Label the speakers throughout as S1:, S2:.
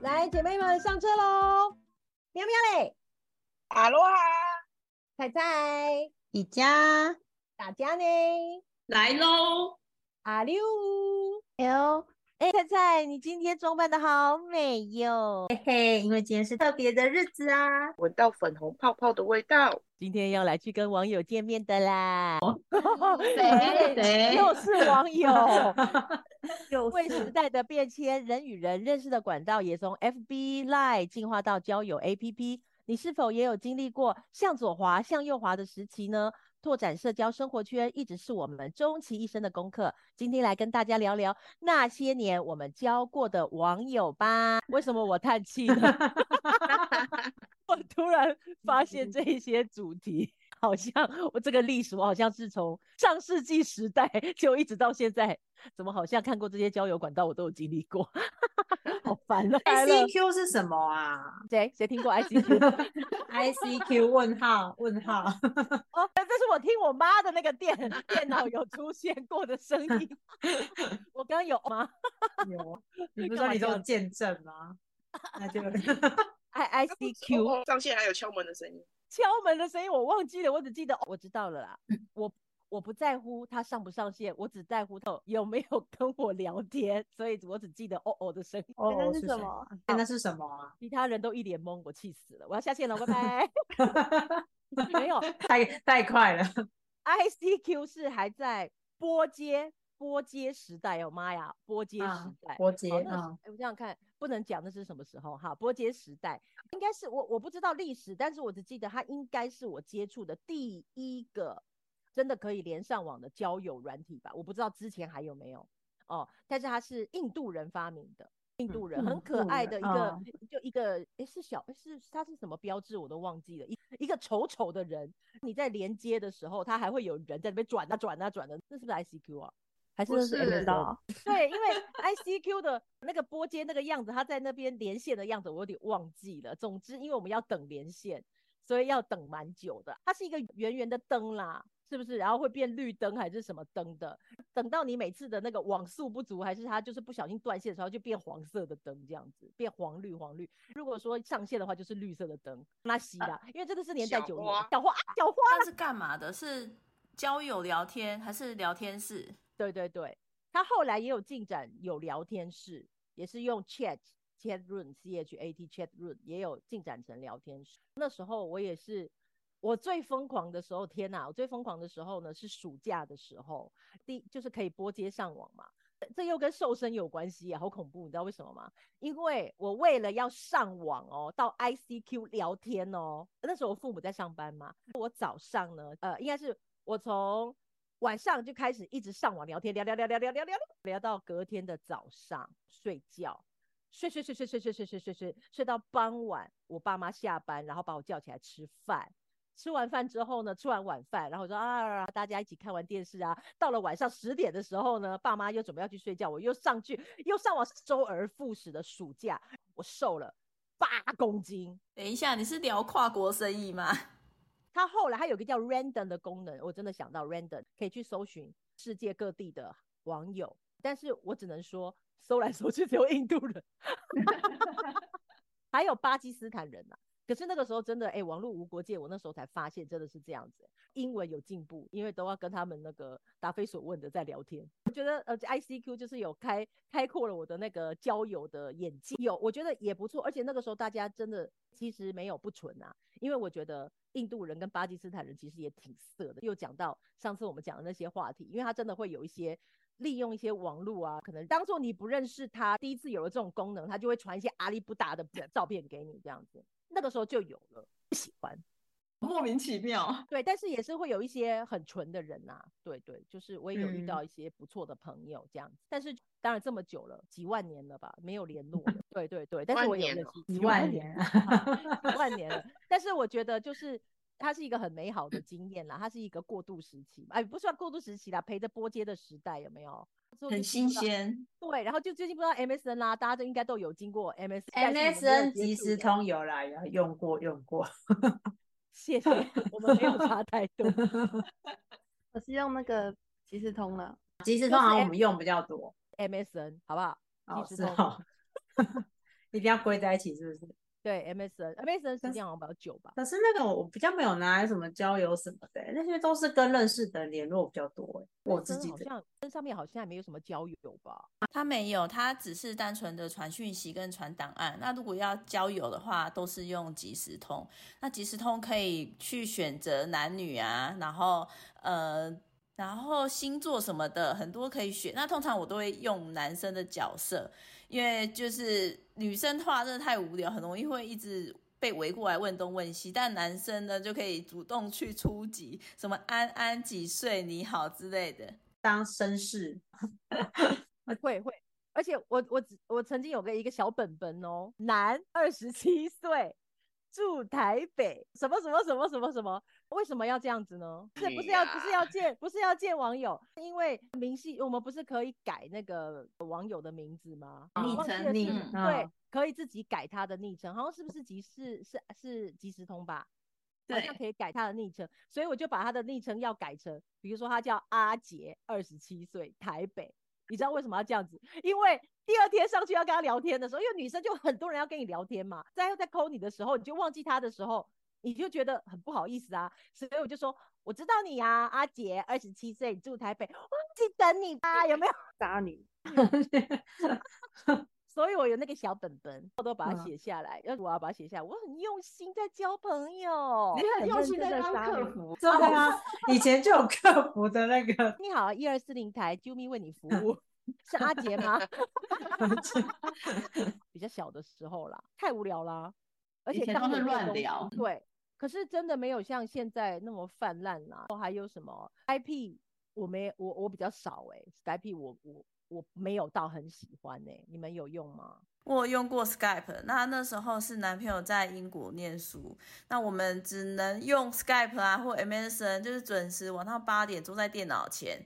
S1: 来，姐妹们上车喽！喵喵嘞，
S2: 阿罗哈，
S1: 菜菜，
S3: 你家
S1: 大家呢？
S4: 来喽！
S1: 阿六，
S3: 有
S1: 哎，菜菜，你今天装扮的好美哟！
S3: 嘿嘿，因为今天是特别的日子啊，
S2: 闻到粉红泡泡的味道。
S1: 今天要来去跟网友见面的啦，
S4: 哦
S1: 哎
S4: 谁谁
S1: 又是网友。
S3: 有
S1: 为时代的变迁，人与人认识的管道也从 FB、Line 进化到交友 APP。你是否也有经历过向左滑、向右滑的时期呢？拓展社交生活圈一直是我们终其一生的功课。今天来跟大家聊聊那些年我们交过的网友吧。为什么我叹气呢？我突然发现这一些主题， 好像我这个历史，我好像是从上世纪时代 就一直到现在，怎么好像看过这些交友管道，我都有经历过， 好烦哦、来了，
S3: ICQ 是什么啊
S1: 谁谁听过 ICQ？
S3: ？ICQ 问号问号，
S1: 哦，这是我听我妈的那个电电脑有出现过的声 音。我刚有吗
S3: 有，啊你不
S1: 干
S3: 是说
S1: 嘛
S3: 你
S1: 这
S3: 都有
S1: 样
S3: 见证吗？那就
S1: ？I I C Q
S2: 上线还有敲门的声音，
S1: 敲门的声音我忘记了，我只记得哦我知道了啦。
S5: 嗯
S1: 我我不在乎他上不上线，我只在乎他有没有跟我聊天，所以我只记得哦哦的声音。
S3: 哦
S5: 那是什
S3: 谁
S5: 么？
S3: 哎 那是什么啊？
S1: 其他人都一脸懵，我气死了，我要下线了， 拜拜。没有
S3: 太太快了，
S1: I C Q 是还在拨接拨接时代哦，妈呀，拨接时
S3: 啊
S1: 代。
S3: 伯杰
S1: 好，那
S3: 啊
S1: 是，我想想看，不能讲那是什么时候哈。波接时代应该是我我不知道历史，但是我只记得它应该是我接触的第一个真的可以连上网的交友软体吧。我不知道之前还有没有哦，但是它是印度人发明的，印度人、很
S3: 嗯印
S1: 可
S3: 度
S1: 爱
S3: 人
S1: 的一个、
S3: 哦
S1: 就一个诶，是小诶是它是什么标志我都忘记了，一一个丑丑的人，你在连接的时候，它还会有人在那边转啊转啊转的，那是不是 ICQ 啊？还是
S2: 不
S1: 那是
S2: 是
S5: 不
S1: MSN
S5: 知道，
S1: 对，因为 ICQ 的那个拨接那个样子，他在那边连线的样子，我有点忘记了。总之，因为我们要等连线，所以要等蛮久的。它是一个圆圆的灯啦，是不是？然后会变绿灯还是什么灯的？等到你每次的那个网速不足，还是它就是不小心断线的时候，就变黄色的灯这样子，变黄绿黄绿。如果说上线的话，就是绿色的灯，拉稀啦，因为这个是年代
S2: 呃小
S1: 久远
S2: 花，
S1: 小花啊，小花。
S5: 那是干嘛的？是交友聊天还是聊天室？
S1: 对对对，他后来也有进展，有聊天室，也是用 chat chat room c h a t chat room 也有进展成聊天室。那时候我也是，我最疯狂的时候，天哪！我最疯狂的时候呢是暑假的时候，第就是可以拨接上网嘛。呃这又跟瘦身有关系啊，好恐怖！你知道为什么吗？因为我为了要上网哦，到 ICQ 聊天哦，那时候我父母在上班嘛，我早上呢，呃，应该是我从晚上就开始一直上网聊天，聊聊聊聊聊聊聊聊到隔天的早上睡觉，睡睡睡睡睡睡睡睡睡睡睡到傍晚，我爸妈下班，然后把我叫起来吃饭。吃完饭之后呢，吃完晚饭，然后我说啊，大家一起看完电视啊。到了晚上十点的时候呢，爸妈又准备要去睡觉，我又上去，又上网，周而复始的暑假，我瘦了八公斤。
S5: 等一下，你是聊跨国生意吗？
S1: 它后来还有一个叫 random 的功能，我真的想到 random 可以去搜寻世界各地的网友，但是我只能说搜来搜去只有印度人， 还有巴基斯坦人啊。可是那个时候真的，哎、网络无国界，我那时候才发现真的是这样子、英文有进步，因为都要跟他们那个答非所问的在聊天。我觉得呃，ICQ 就是有开开阔了我的那个交友的眼界，有我觉得也不错。而且那个时候大家真的其实没有不纯啊，因为我觉得印度人跟巴基斯坦人其实也挺色的。又讲到上次我们讲的那些话题，因为他真的会有一些利用一些网络啊，可能当做你不认识他，第一次有了这种功能，他就会传一些阿里不达的照片给你，这样子。那个时候就有了，不喜欢。
S5: 莫名其妙。
S1: 对，但是也是会有一些很纯的人呐、对对，就是我也有
S5: 嗯
S1: 遇到一些不错的朋友这样子，但是当然这么久了，几万年了吧，没有联络了。对对对，但是
S2: 万
S1: 我有
S2: 年
S1: 认
S2: 哦
S1: 识
S3: 一万年啊！
S1: 几万年了，但是我觉得就是它是一个很美好的经验啦，它是一个过渡时期，哎，不算过渡时期啦，陪着波接的时代有没有？之后
S5: 很
S1: 就进
S5: 新
S1: 入到。
S5: 鲜，
S1: 对，然后就最近不知道 MSN 啦，大家都应该都有经过 MSN。
S3: MSN 即时通有啦，有用过用过。
S1: 谢 谢，我们没有差太多。
S5: 我是用那个即时通了。
S3: 即时通好像我们用比较多
S1: MSN 好不好？
S3: 哦，
S1: 即时
S3: 是
S1: 通
S3: 哦， 一定要归在一起，是不是？
S1: 对，MSN，MSN 时
S3: 但
S1: 间好像比较久吧。
S3: 可是那个我比较没有拿来什么交友什么的、欸那些都是跟认识的人联络比较多、欸。我自
S1: MSN
S3: 己
S1: 好
S3: 的
S1: 像跟上面好像也没有什么交友吧。
S5: 他没有，他只是单纯的传讯息跟传档案。那如果要交友的话，都是用即时通。那即时通可以去选择男女啊，然后呃，然后星座什么的很多可以选。那通常我都会用男生的角色，因为就是女生的话真的太无聊，很容易会一直。被围过来问东问西，但男生呢就可以主动去出击，什么安安几岁你好之类的。
S3: 当绅士，
S1: 会会，而且我我只我曾经有个一个小本本哦，男二十七岁，住台北，什么什么什么什么什么，为什么要这样子呢？是不是要不是要见不是要见网友？因为明细我们不是可以改那个网友的名字吗？
S4: 哦
S1: 啊我忘记
S4: 昵称
S1: 了是
S3: 昵
S1: 不是
S3: 称
S1: 对
S3: 嗯，
S1: 可以自己改他的昵称，好像是不是即是是是即时通吧？好像
S4: 对
S1: 可以改他的昵称，所以我就把他的昵称要改成，比如说他叫阿杰，二十七岁，台北。你知道为什么要这样子？因为第二天上去要跟他聊天的时候，因为女生就很多人要跟你聊天嘛，在在抠你的时候，你就忘记他的时候，你就觉得很不好意思啊，所以我就说我知道你啊，阿杰，二十七岁，你住台北，忘记等你吧，有没有？
S2: 渣女，
S1: 所以我有那个小本本，我都把它
S3: 嗯
S1: 写下来，要、是我要把它写下来，我很用心在交朋友。
S4: 你很用心在当客 服，
S6: 哦
S3: 对啊，以前就有客服的 那个
S1: 你好，一二四零台啾咪为你服 务，是阿杰吗？ 比较小的时候啦，太无聊啦，而
S4: 以
S1: 且
S4: 前
S1: 当
S4: 都
S1: 着
S4: 是
S1: 面
S4: 乱
S1: 公
S4: 聊
S1: 司对，可是真的没有像现在那么泛滥啦。还有什么 IP，我没我我比较少哎、欸、，IP 我我我没有到很喜欢哎、你们有用吗？
S5: 我有用过 Skype，那那时候是男朋友在英国念书，那我们只能用 Skype 啊或 MSN，就是准时晚上八点坐在电脑前。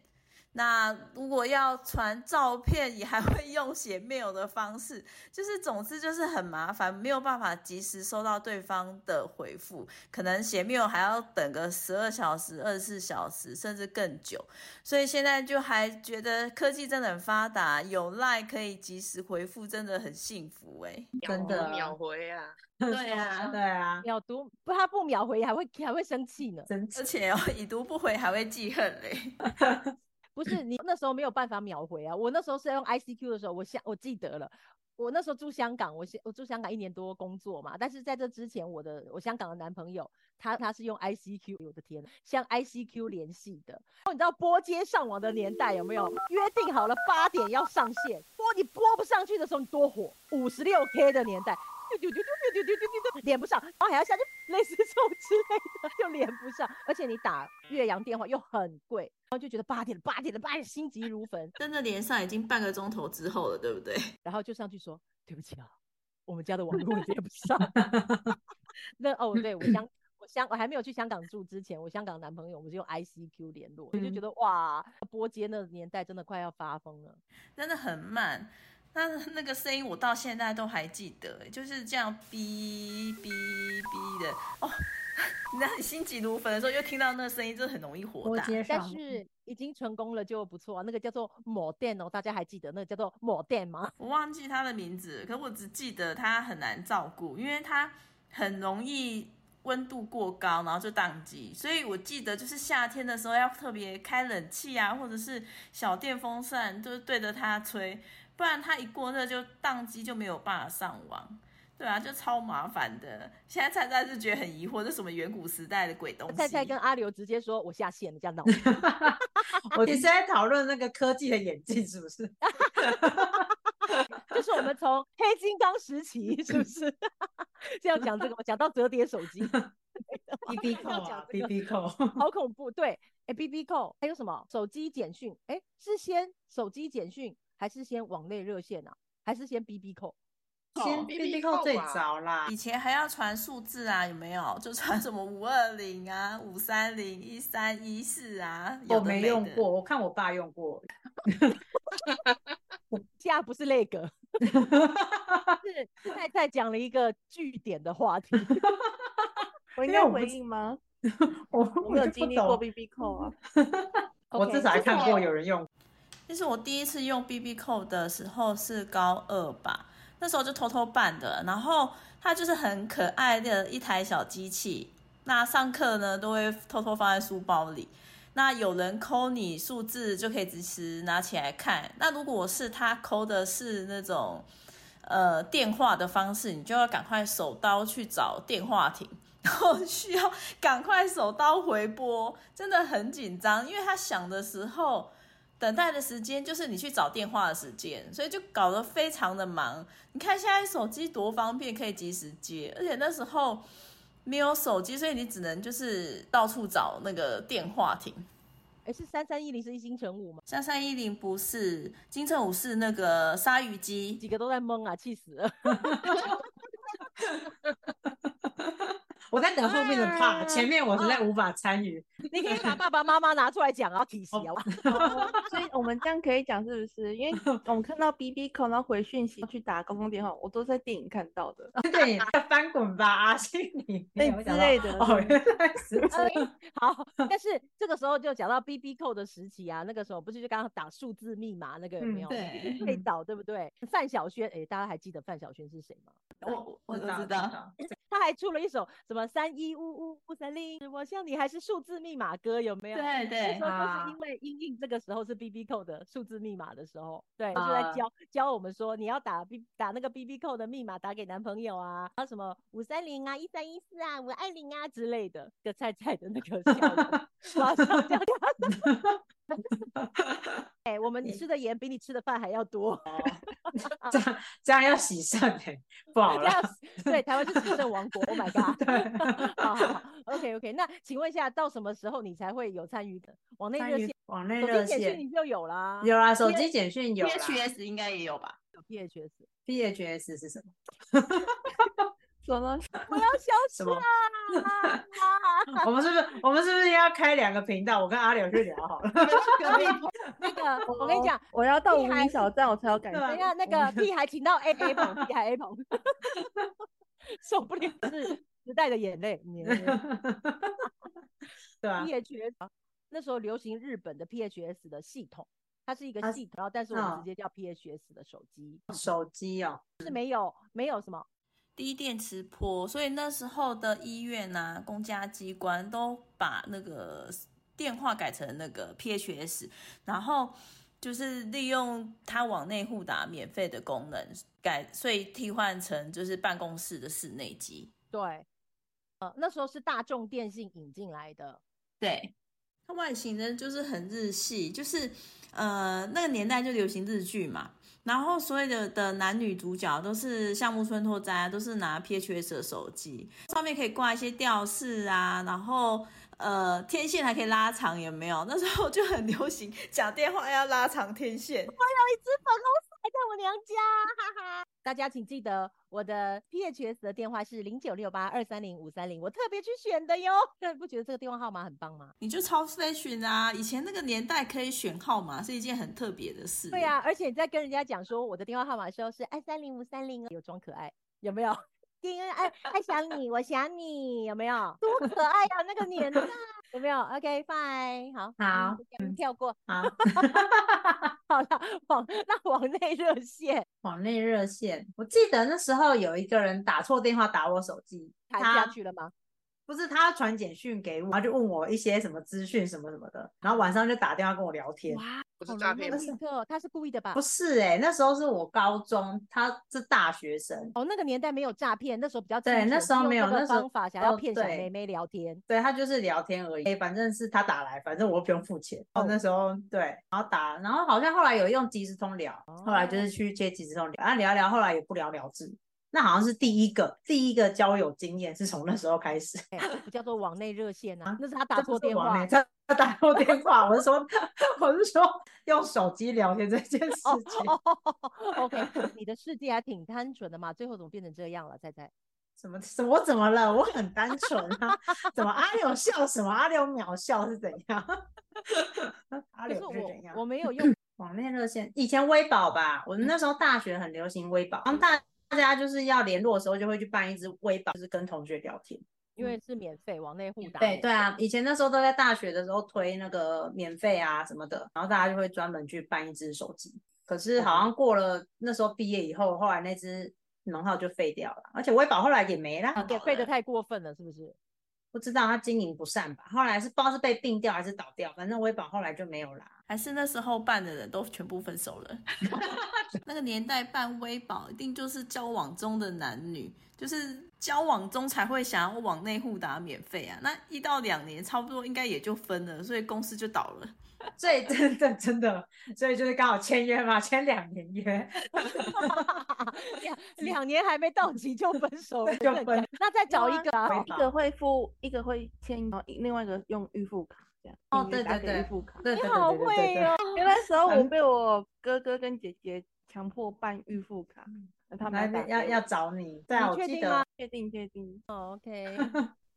S5: 那如果要传照片，也还会用写 mail 的方式，就是总之就是很麻烦，没有办法及时收到对方的回复，可能写 mail 还要等个十二小时、二十四小时，甚至更久。所以现在就还觉得科技真的很发达，有赖可以及时回复，真的很幸福哎、
S3: 真的
S2: 秒回啊！
S4: 对 啊
S3: 对，啊，
S1: 秒读不，他不秒回还会还会生气呢。
S3: 真
S5: 而
S3: 是
S5: 且哦，已读不回还会记恨嘞。
S1: 不是你那时候没有办法秒回啊，我那时候是用 ICQ 的时候，我想我记得了。我那时候住香港，我是我住香港一年多工作嘛，但是在这之前，我的我香港的男朋友，他他是用 ICQ，我的天，像 ICQ 联系的，哦你知道拨接上网的年代有没有？约定好了八点要上线，拨你拨不上去的时候，你多火，五十六 K 的年代，丢丢丢丢丢丢丢丢丢，连不上，然后还要下去，类似这种之类的，就连不上，而且你打岳阳电话又很贵，然后就觉得八点了，八点了，八点心急如焚，
S5: 真的连上已经半个钟头之后了，对不对？
S1: 然后就上去说：“对不起啊，我们家的网络连不上。” 那哦，对我香我香我还没有去香港住之前，我香港男朋友我们是用 ICQ 联络，我就觉得哇，波接那个年代真的快要发疯了。
S5: 真的很慢。那那个声音我到现在都还记得，欸就是这样哔哔哔的哦。 那你心急如焚的时候，又听到那个声音，真的很容易火
S3: 拨
S5: 大。
S3: 接
S1: 但
S3: 上，
S1: 是已经成功了就不错啊，那个叫做某电哦，大家还记得那个叫做某电吗？
S5: 我忘记他的名字，可我只记得他很难照顾，因为他很容易温度过高，然后就宕机。所以我记得就是夏天的时候要特别开冷气啊，或者是小电风扇，就是对着它吹，不然它一过热就宕机，就没有办法上网。对啊，就超麻烦的。现在菜菜是觉得很疑惑，这什么远古时代的鬼东西？
S1: 菜菜跟阿刘直接说：“我下线了，这样闹。”
S3: 我也是在讨论那个科技的演进，是不是？
S1: 就是我们从黑金刚时期，是不是？ 这样讲这个吗，讲到折叠手机
S3: B B 扣
S1: 要讲
S3: 啊
S1: 这
S3: ，B
S1: 个哦
S3: B 扣，
S1: 好恐怖。对，哎，B B 扣还有什么手机简讯？哎，是先手机简讯，还是先网内热线啊？还是先 B B 扣？
S3: 先
S2: BB
S3: B B
S2: 扣
S3: 扣最
S2: 吧
S3: 早啦
S5: 以，前还要传数字啊，有没有？就传什么五二零啊、五三零、一三一四啊，有
S3: 我
S5: 的
S3: 哦没
S5: 的
S3: 用过，。我看我爸用过，
S1: 现在不是那 个，是菜菜讲了一个据点的话 题。
S6: 我应
S3: 因为
S6: 该
S3: 我不
S6: 回
S3: 知
S6: 应吗？
S3: 我
S6: 我没有
S3: 就
S6: 经
S3: 不
S6: 历过
S3: 懂
S6: B B 扣啊，
S3: 我
S1: OK，
S3: 至少还看过有人用，
S5: 其实我第一次用 BB 扣的时候是高二吧，那时候就偷偷办的。然后它就是很可爱的一台小机器，那上课呢都会偷偷放在书包里。那有人抠你数字就可以及时拿起来看。那如果是他抠的是那种呃电话的方式，你就要赶快手刀去找电话亭， 然后需要赶快手刀回拨，真的很紧张，因为他响的时候。等待的时间就是你去找电话的时间，所以就搞得非常的忙。你看现在手机多方便，可以及时接，而且那时候没有手机，所以你只能就是到处找那个电话亭。
S1: 哎，是三三一零是一星辰五吗？
S5: 像三一零不是金城武是那个鲨鱼
S1: 几
S5: 机，
S1: 个都在懵啊，气死了！
S3: 我在等后面的 part，、前面我实
S1: 嗯
S3: 在无法参与。
S1: 你可以把爸爸妈妈拿出来讲，然后提醒啊。
S3: 哦
S6: 所以我们这样可以讲是不是？因为我们看到 B B 扣，然后回讯息去打公共电话，我都在电影看到的，
S1: 哦
S3: 对，翻滚吧，阿信你，
S6: 对
S3: 我
S6: 之
S3: 想到
S6: 类的。
S3: 哦，原来是
S1: 嗯
S3: 这 样。
S1: 好，但是这个时候就讲到 B B 扣的时期啊，那个时候不是就刚刚打数字密码那个有没
S3: 嗯
S1: 有？
S4: 对，
S1: 最早对不对？范晓萱，哎，大家还记得范晓萱是谁吗？
S4: 我我
S3: 知道
S4: 知道，，
S1: 她还出了一首什么三一五五五三零，我想你还是数字密码歌，有没有？
S4: 对
S1: 那
S4: 对
S1: 时，候
S3: 啊
S1: 就是因为英印这个时候是 B B 扣的数字密码的时候，对，他就
S3: 啊
S1: 在教教我们说你要打 B 打那个 B B 扣的密码打给男朋友啊，还有什么五三零啊、一三一四啊、五二零啊之类的，个菜菜的那个笑 容，马上就要哎、我们吃的盐比你吃的饭还要多，
S3: 这样这样要洗肾哎，不好
S1: 嗯 这
S3: 了
S1: 样。 子对台湾是执政王国，Oh my god！
S3: 对，
S1: 好好好，OK OK，那请问一下，到什么时候你才会有参与的？网内热线、
S3: 网内
S1: 手
S3: 热
S1: 机简讯
S3: 线
S1: 你就有啦，
S3: 有啦，手机简讯有啦。
S4: ，PHS 应该也有 吧？
S1: PHS，
S3: PHS 是什么？
S6: 什么？
S1: 我要消失
S3: 什 么
S1: 了。啊
S3: 我们是不是我们是不是要开两个频道？我跟阿柳去聊好了。
S4: 隔壁
S1: 那个，我跟你讲，
S6: 哦我要到
S1: 屁
S6: 无
S1: 孩
S6: 名小站，我才有 感
S3: 对
S6: 觉。
S3: 啊
S1: 等一下那个屁孩请到 A A 捧，屁孩 A 捧， 受不了是时代的眼泪。嗯
S6: 啊
S3: 对啊，
S1: PHS 那时候流行日本的 PHS 的系统，它是一个
S6: 啊
S3: 它
S1: 系统，然后但是我们
S3: 嗯
S1: 直接叫 PHS 的手机，
S3: 手机哦，
S1: 是没有没有什么
S5: 低电磁波，所以那时候的医院啊、公家机关都把那个电话改成那个 PHS，然后就是利用它往内互打免费的功能改，所以替换成就是办公室的室内机。
S1: 对。呃，那时候是大众电信引进来的，
S4: 对，
S5: 它外形呢就是很日系，就是呃那个年代就流行日剧嘛，然后所有的的男女主角都是像木村拓哉啊，都是拿 PHS 的手机，上面可以挂一些吊饰啊，然后呃天线还可以拉长，有没有？那时候就很流行讲电话要拉长天线，
S1: 一只粉红色还在我娘家，哈哈！大家请记得我的 PHS 的电话是零九六八二三零五三零，我特别去选的哟。 那你不觉得这个电话号码很棒吗？
S5: 你就超 fashion 啊！以前那个年代可以选号码是一件很特别的事，
S1: 对啊呀、而且你在跟人家讲说我的电话号码的时候是二三零五三零，有装可爱有没有？ 丁恩爱爱想你，我想你，有没有？多可爱啊！那个年代有没有？OK，拜，好，嗯
S3: 好
S1: 就这样跳过，
S3: 啊，
S1: 好了，往那往内热线，
S3: 网内热线，我记得那时候有一个人打错电话打我手机，
S1: 谈下
S3: 他
S1: 去了吗？
S3: 不是他传简讯给我，然后就问我一些什么资讯什么什么的，然后晚上就打电话跟我聊天。
S1: 哇，
S2: 不是
S1: 好
S2: 诈
S1: 浪漫
S2: 骗
S1: 的
S2: 吗？
S1: 一刻哦，他是故意的吧
S3: 不？是哎、那时候是我高中，他是大学生，
S1: 哦，那个年代没有诈骗，那时候比较
S3: 对
S1: 清
S3: 那
S1: 纯
S3: 时
S1: 是
S3: 候
S1: 用
S3: 没
S1: 这
S3: 有
S1: 个
S3: 那时
S1: 方
S3: 候
S1: 法想要
S3: 哦
S1: 骗小
S3: 对
S1: 妹妹聊天，
S3: 对他就是聊天而已、欸反正是他打来，反正我又不用付钱。哦，那时候对，然后打，然后好像后来有用即时通聊，
S1: 哦
S3: 后来就是去接即时通聊，啊聊一聊，后来也不了了之。那好像是第一个第一个交友经验是从那时候开始。
S1: 哎，这不叫做往内热线啊，那是他打
S3: 这
S1: 错
S3: 不是
S1: 电
S3: 网
S1: 话
S3: 恋，他他打错电话，我是说 我是说用手机聊天这件事
S1: 哦
S3: 情，
S1: 哦哦哦，OK，你 的世界还挺单纯的嘛，最后怎么变成这样了？猜猜，
S3: 什么什么我怎么了？我很单纯啊，怎么阿柳笑什么？阿柳秒笑是怎样？
S1: 可
S3: 阿柳
S1: 是
S3: 是怎样
S1: 我我？嗯没有用
S3: 网恋热线以前微保吧，我们那时候大学很流行微保，
S1: 嗯
S3: 然后大大家就是要联络的时候就会去办一支微保，就是跟同学聊天。
S1: 因为是免费往内互打
S3: 嗯对
S1: 免费，
S3: 对啊，以前那时候都在大学的时候推那个免费啊什么的，然后大家就会专门去办一支手机。可是
S1: 嗯
S3: 好像过了那时候毕业以后，后来那只农号就废掉了，而且微保后来也没啦，
S1: 也背的太过分了，是不是？
S3: 不知道它经营不善吧？后来是不知道是被并掉还是倒掉，反正微保后来就没有啦。
S5: 还是那时候办的人都全部分手了。那个年代办微保，一定就是交往中的男女，就是交往中才会想要往内互打免费啊。那一到两年，差不多应该也就分了，所以公司就倒了。
S3: 所以真的真的，所以就是刚好签约嘛，签两年约，
S1: 两两年还没到期就分手了，
S3: 就
S1: 很
S3: 分
S1: 尴尬那再找一
S6: 啊
S1: 个啊、
S3: 回
S6: 一
S3: 答
S6: 个会付，一个会签，然后另外一个用预付卡这样。
S3: 哦
S6: 预
S3: 对
S6: 打
S3: 对
S6: 给预
S3: 对
S6: 付卡。
S3: 对对对
S1: 好
S3: 对对对
S1: 会哦
S3: 对，
S6: 因为那时候我
S3: 很
S6: 被我哥哥跟姐姐强迫办预付卡，那他
S3: 嗯来
S6: 们打
S3: 要
S6: 给
S3: 要哦
S6: 我
S3: 找你，对啊，
S1: 你
S3: 我
S1: 确
S3: 记
S1: 定
S3: 得
S1: 吗
S6: 确定确定。
S1: 哦 OK，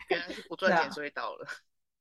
S2: 原来是不赚
S3: 对啊
S2: 钱所以倒了。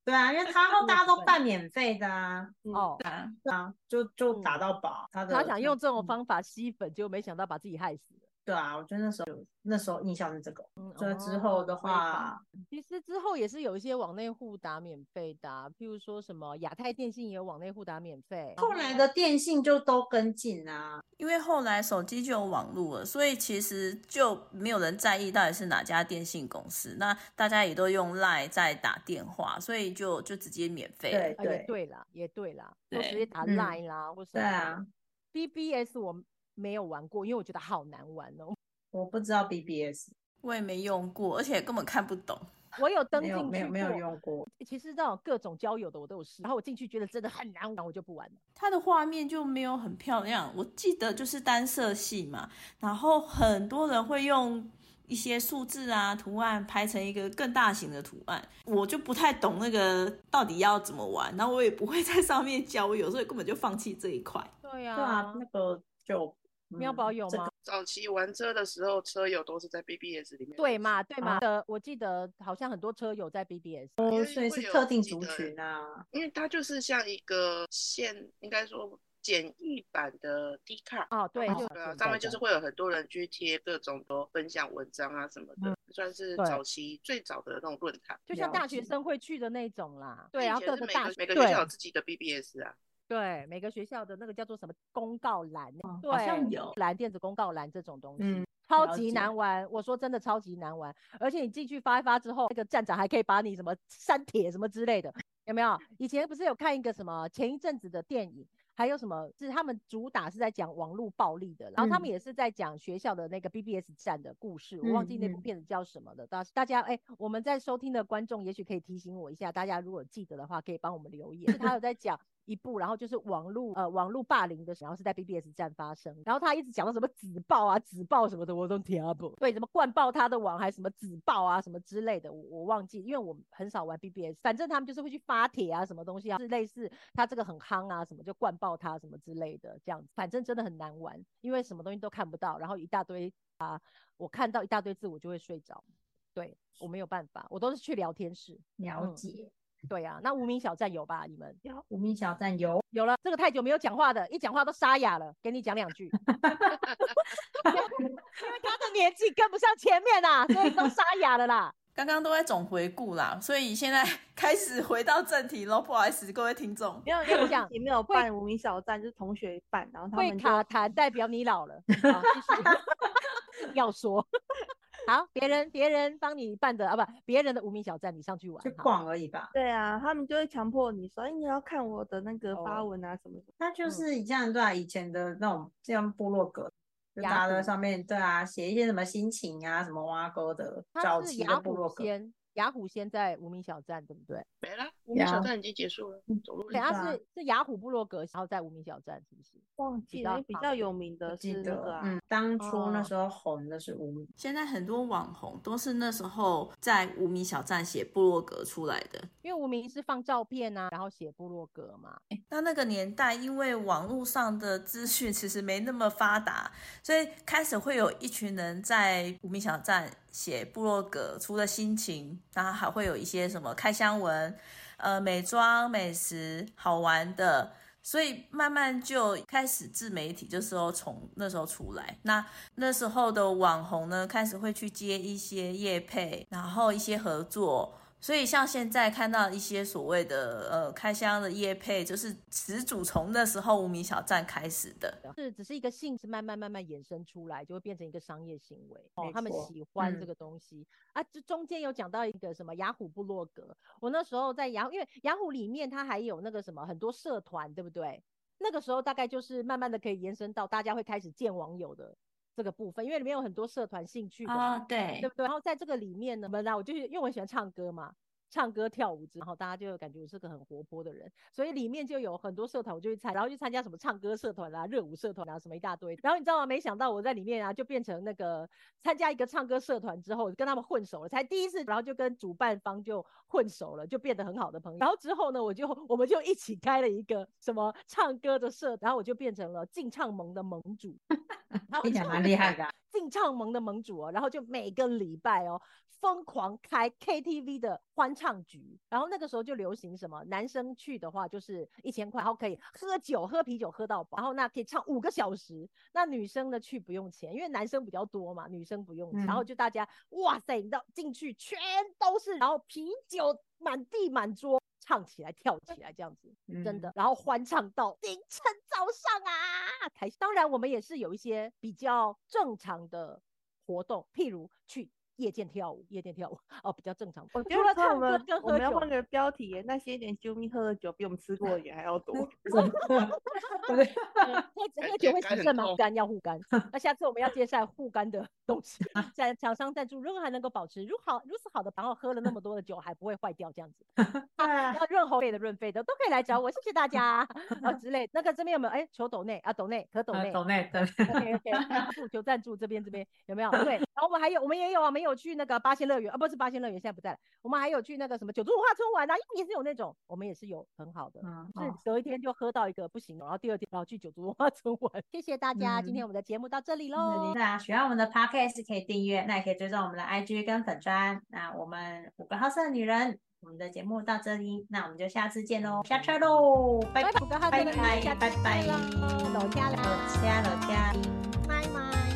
S3: 对啊，因为他后
S1: 我
S3: 大家
S1: 知
S3: 都
S1: 道
S3: 办免费的啊，
S1: 哦，
S5: 对啊，
S3: 对啊，就就
S1: 嗯
S3: 打到饱。他的
S1: 他想用这种
S3: 嗯
S1: 方法吸粉，结果没想到把自己害死了。
S3: 对啊，我觉得那时候有那时候印象是这个。
S1: 嗯，
S3: 所以之后的
S1: 哦所以吧
S3: 话，
S1: 其实之后也是有一些往内互打免费的啊、譬如说什么亚太电信也有往内互打免费。
S3: 后来的电信就都跟进啊，
S5: 因为后来手机就有网络了，所以其实就没有人在意到底是哪家电信公司。那大家也都用 Line 在打电话，所以就就直接免费了。
S3: 对
S1: 啊，也对啦，也对啦，都直接
S5: 对
S1: 打
S3: 嗯
S1: Line 啦，或什
S3: 对
S1: 么的。
S3: 啊，
S1: BBS 我没有玩过，因为我觉得好难玩哦。
S3: 我不知道 BBS，
S5: 我也没用过，而且根本看不懂。
S1: 我有登
S3: 没
S1: 进
S3: 有
S1: 去
S3: 没有没有
S1: 过
S3: 用过，
S1: 其实那种各种交友的我都有试，然后我进去觉得真的很难玩，我就不玩了。
S5: 它的画面就没有很漂亮，我记得就是单色系嘛，然后很多人会用一些数字啊图案拍成一个更大型的图案，我就不太懂那个到底要怎么玩，然后我也不会在上面交友，所以根本就放弃这一块。
S1: 对
S3: 对啊，那个就
S1: 喵
S3: 嗯
S1: 宝有
S3: 这
S1: 吗
S3: 个
S2: 早期玩车的时候，车友都是在 BBS 里面认识。
S1: 对嘛，对
S3: 啊
S1: 嘛的，我记得好像很多车友在 BBS，
S3: 哦，
S2: 为
S3: 所以
S2: 会
S3: 是
S2: 有
S3: 特
S2: 自
S3: 定
S2: 己
S3: 族
S2: 的
S3: 群啊，
S2: 因为它就是像一个现，应该说简易版的 D 卡
S1: 哦，对，就
S2: 对啊，
S3: 现
S2: 上
S3: 在
S2: 面就
S3: 的
S2: 是会有很多人去贴各种的分享文章啊什么的，算是
S1: 嗯对
S2: 早期最早的那种论坛。
S1: 就像
S3: 了
S1: 大学
S3: 解
S1: 生会去的那种啦。对，然后
S2: 以前
S1: 各
S2: 是
S1: 个
S2: 每
S1: 大
S2: 个每个
S1: 对
S2: 学校有自己的 BBS 啊，
S1: 对每个学校的那个叫做什么公告栏，对，
S5: 好像有
S1: 栏电子公告栏这种东西。
S3: 嗯
S1: 超
S3: 了
S1: 级
S3: 解
S1: 难玩，我说真的超级难玩，而且你进去发一发之后，那个站长还可以把你什么删帖什么之类的，有没有？以前不是有看一个什么前一阵子的电影，还有什么是他们主打是在讲网络暴力的，然后他们也是在讲学校的那个 BBS 站的故事，我忘记那部
S3: 嗯嗯
S1: 片子叫什么了。大、大家哎、我们在收听的观众也许可以提醒我一下，大家如果记得的话，可以帮我们留言。是他有在讲。一部，然后就是网络呃网络霸凌的时候，然后是在 BBS 站发生，然后他一直讲到什么子爆啊、子爆什么的，我都听不懂。对，什么灌爆他的网，还什么子爆啊什么之类的，我我忘记，因为我很少玩 BBS，反正他们就是会去发帖啊，什么东西啊，是类似他这个很夯啊，什么就灌爆他什么之类的，这样子，反正真的很难玩，因为什么东西都看不到，然后一大堆啊，我看到一大堆字，我就会睡着。对我没有办法，我都是去聊天室。
S3: 了
S1: 嗯
S3: 解。
S1: 对啊，那无名小站有吧？你们
S3: 无名小站有，
S1: 有了，这个太久没有讲话的，一讲话都沙哑了。给你讲两句， 因为他的年纪跟不上前面啦、所以都沙哑了 啦。
S5: 刚刚都在总回顾啦，所以现在 开始回到正题喽，不好意思，各位听众。
S6: 没有，因为我
S1: 讲
S6: 自己没有
S1: 会
S6: 办无名小站，就是同学办，然后他
S1: 会
S6: 们就
S1: 卡痰代表你老 了，好继续 要说好，别人别人帮你办的啊，不，别人的无名小站你上去玩
S3: 就
S1: 好
S3: 逛而已吧。
S6: 对啊，他们就会强迫你说，哎，你要看我的那个发
S1: 哦
S6: 文啊什么的。
S3: 那就
S1: 嗯
S3: 是像对啊，以前的那种像部落格，就
S1: 雅
S3: 大家都在
S1: 虎
S3: 上面对啊，写一些什么心情啊，什么挖沟的，
S1: 他
S3: 早
S1: 是
S3: 期
S1: 雅
S3: 的部落
S1: 虎
S3: 格。
S1: 先，雅虎先在无名小站对不对？
S2: 没了，我们
S3: 呀
S2: 小站已经结束了，走路
S1: 对，
S3: 没
S1: 他
S3: 错啊
S1: 是是雅虎部落格，然后在无名小站是不是？
S6: 忘记
S1: 较
S6: 了，因为比
S1: 棒
S6: 较有名的
S3: 记
S6: 是
S3: 得
S6: 那个，啊，
S3: 嗯，当初那
S1: 哦
S3: 时候红的是无名，
S5: 现在很多网红都是那时候在无名小站写部落格出来的，
S1: 因为无名是放照片啊，然后写部落格嘛。
S5: 那那个年代，因为网络上的资讯其实没那么发达，所以开始会有一群人在无名小站写部落格，除了心情，然后还会有一些什么开箱文、呃美妆、美食、好玩的，所以慢慢就开始自媒体，就是说从那时候出来。那那时候的网红呢，开始会去接一些业配，然后一些合作。所以像现在看到一些所谓的呃开箱的业配，就是始祖从那时候无名小站开始的。
S1: 啊是只是一个性质，慢慢慢慢衍生出来，就会变成一个商业行为。哦
S3: 没，
S1: 他们
S3: 错
S1: 喜欢这
S5: 嗯
S1: 个东西、啊。这中间有讲到一个什么雅虎部落格，我那时候在雅，因为雅虎里面它还有那个什么很多社团，对不对？那个时候大概就是慢慢的可以延伸到大家会开始见网友的这个部分，因为里面有很多社团兴趣的嘛
S4: 啊，对
S1: 对，不对？然后在这个里面呢，我们呢，我就是因为我很喜欢唱歌嘛，唱歌跳舞之，然后大家就感觉我是个很活泼的人，所以里面就有很多社团，我就去参，然后去参加什么唱歌社团啦、啊热舞社团啦，什么一大堆。然后你知道吗？没想到我在里面啊，就变成那个参加一个唱歌社团之后，跟他们混熟了，才第一次，然后就跟主办方就混熟了，就变得很好的朋友。然后之后呢，我就我们就一起开了一个什么唱歌的社，然后我就变成了进唱盟的盟 主。然后
S3: 听起来
S1: 唱
S3: 蛮
S1: 歌
S3: 厉害的啊。
S1: 进唱盟的盟主哦，然后就每个礼拜哦疯狂开 KTV 的欢唱局，然后那个时候就流行什么，男生去的话就是一千块，然后可以喝酒喝啤酒喝到饱，然后那可以唱五个小时，那女生呢去不用钱，因为男生比较多嘛，女生不用钱，然后就大家哇塞，你到进去全都是，然后啤酒满地满桌。唱起来，跳起来，这样子，
S6: 嗯
S1: 真的，然后欢唱到凌晨早上啊！台当然，我们也是有一些比较正常的活动，譬如去夜店跳舞，夜店跳舞哦，比较正常。
S6: 我
S1: 除
S6: 觉得
S1: 了
S6: 说我
S1: 唱歌
S6: 们
S1: 跟喝
S6: 我们要
S1: 酒
S6: 换，个标题耶，那些年啾咪喝的酒比我们吃过的盐还要 多。
S3: 对，
S1: 呃 喝
S2: 感
S1: 喝
S2: 觉
S1: 酒会
S2: 肝
S1: 形
S2: 很
S1: 成吗？
S2: 痛
S1: 护肝要护肝。那下次我们要介绍护肝的东西，在厂商赞助，如何还能够保持如好如此好的，然后喝了那么多的酒还不会坏掉，这样子。要润喉费的、润肺的都可以来找我，谢谢大家啊之类。那个这边有没有？哎，求抖内啊，抖内可抖内
S3: 呃，。懂内对，
S1: OK OK，助求赞助这边这边有没有？对，然后我们还有我们也有啊，我们有去那个八仙乐园啊，不是八仙乐园现在不在了，我们还有去那个什么九族文化村玩啊，也是有那种，我们也是有很好的，
S3: 嗯，
S1: 是
S3: 哦，
S1: 隔一天就喝到一个不行了，然后第二天然后去九族文 化村玩。嗯谢谢大家，今天我们的节目到这里喽，
S3: 那喜欢我们的 podcast 可以订阅，那也可以追踪我们的 IG 跟粉砖。那我们五个好色的女人，我们的节目到这里，那我们就下次见喽，下车喽，拜
S1: 拜
S3: 拜
S1: 拜，我们下次
S3: 拜
S1: 见
S3: 拜
S1: 啦，
S3: 拜，
S1: 老家啦，
S3: 老家老家。
S1: 拜拜。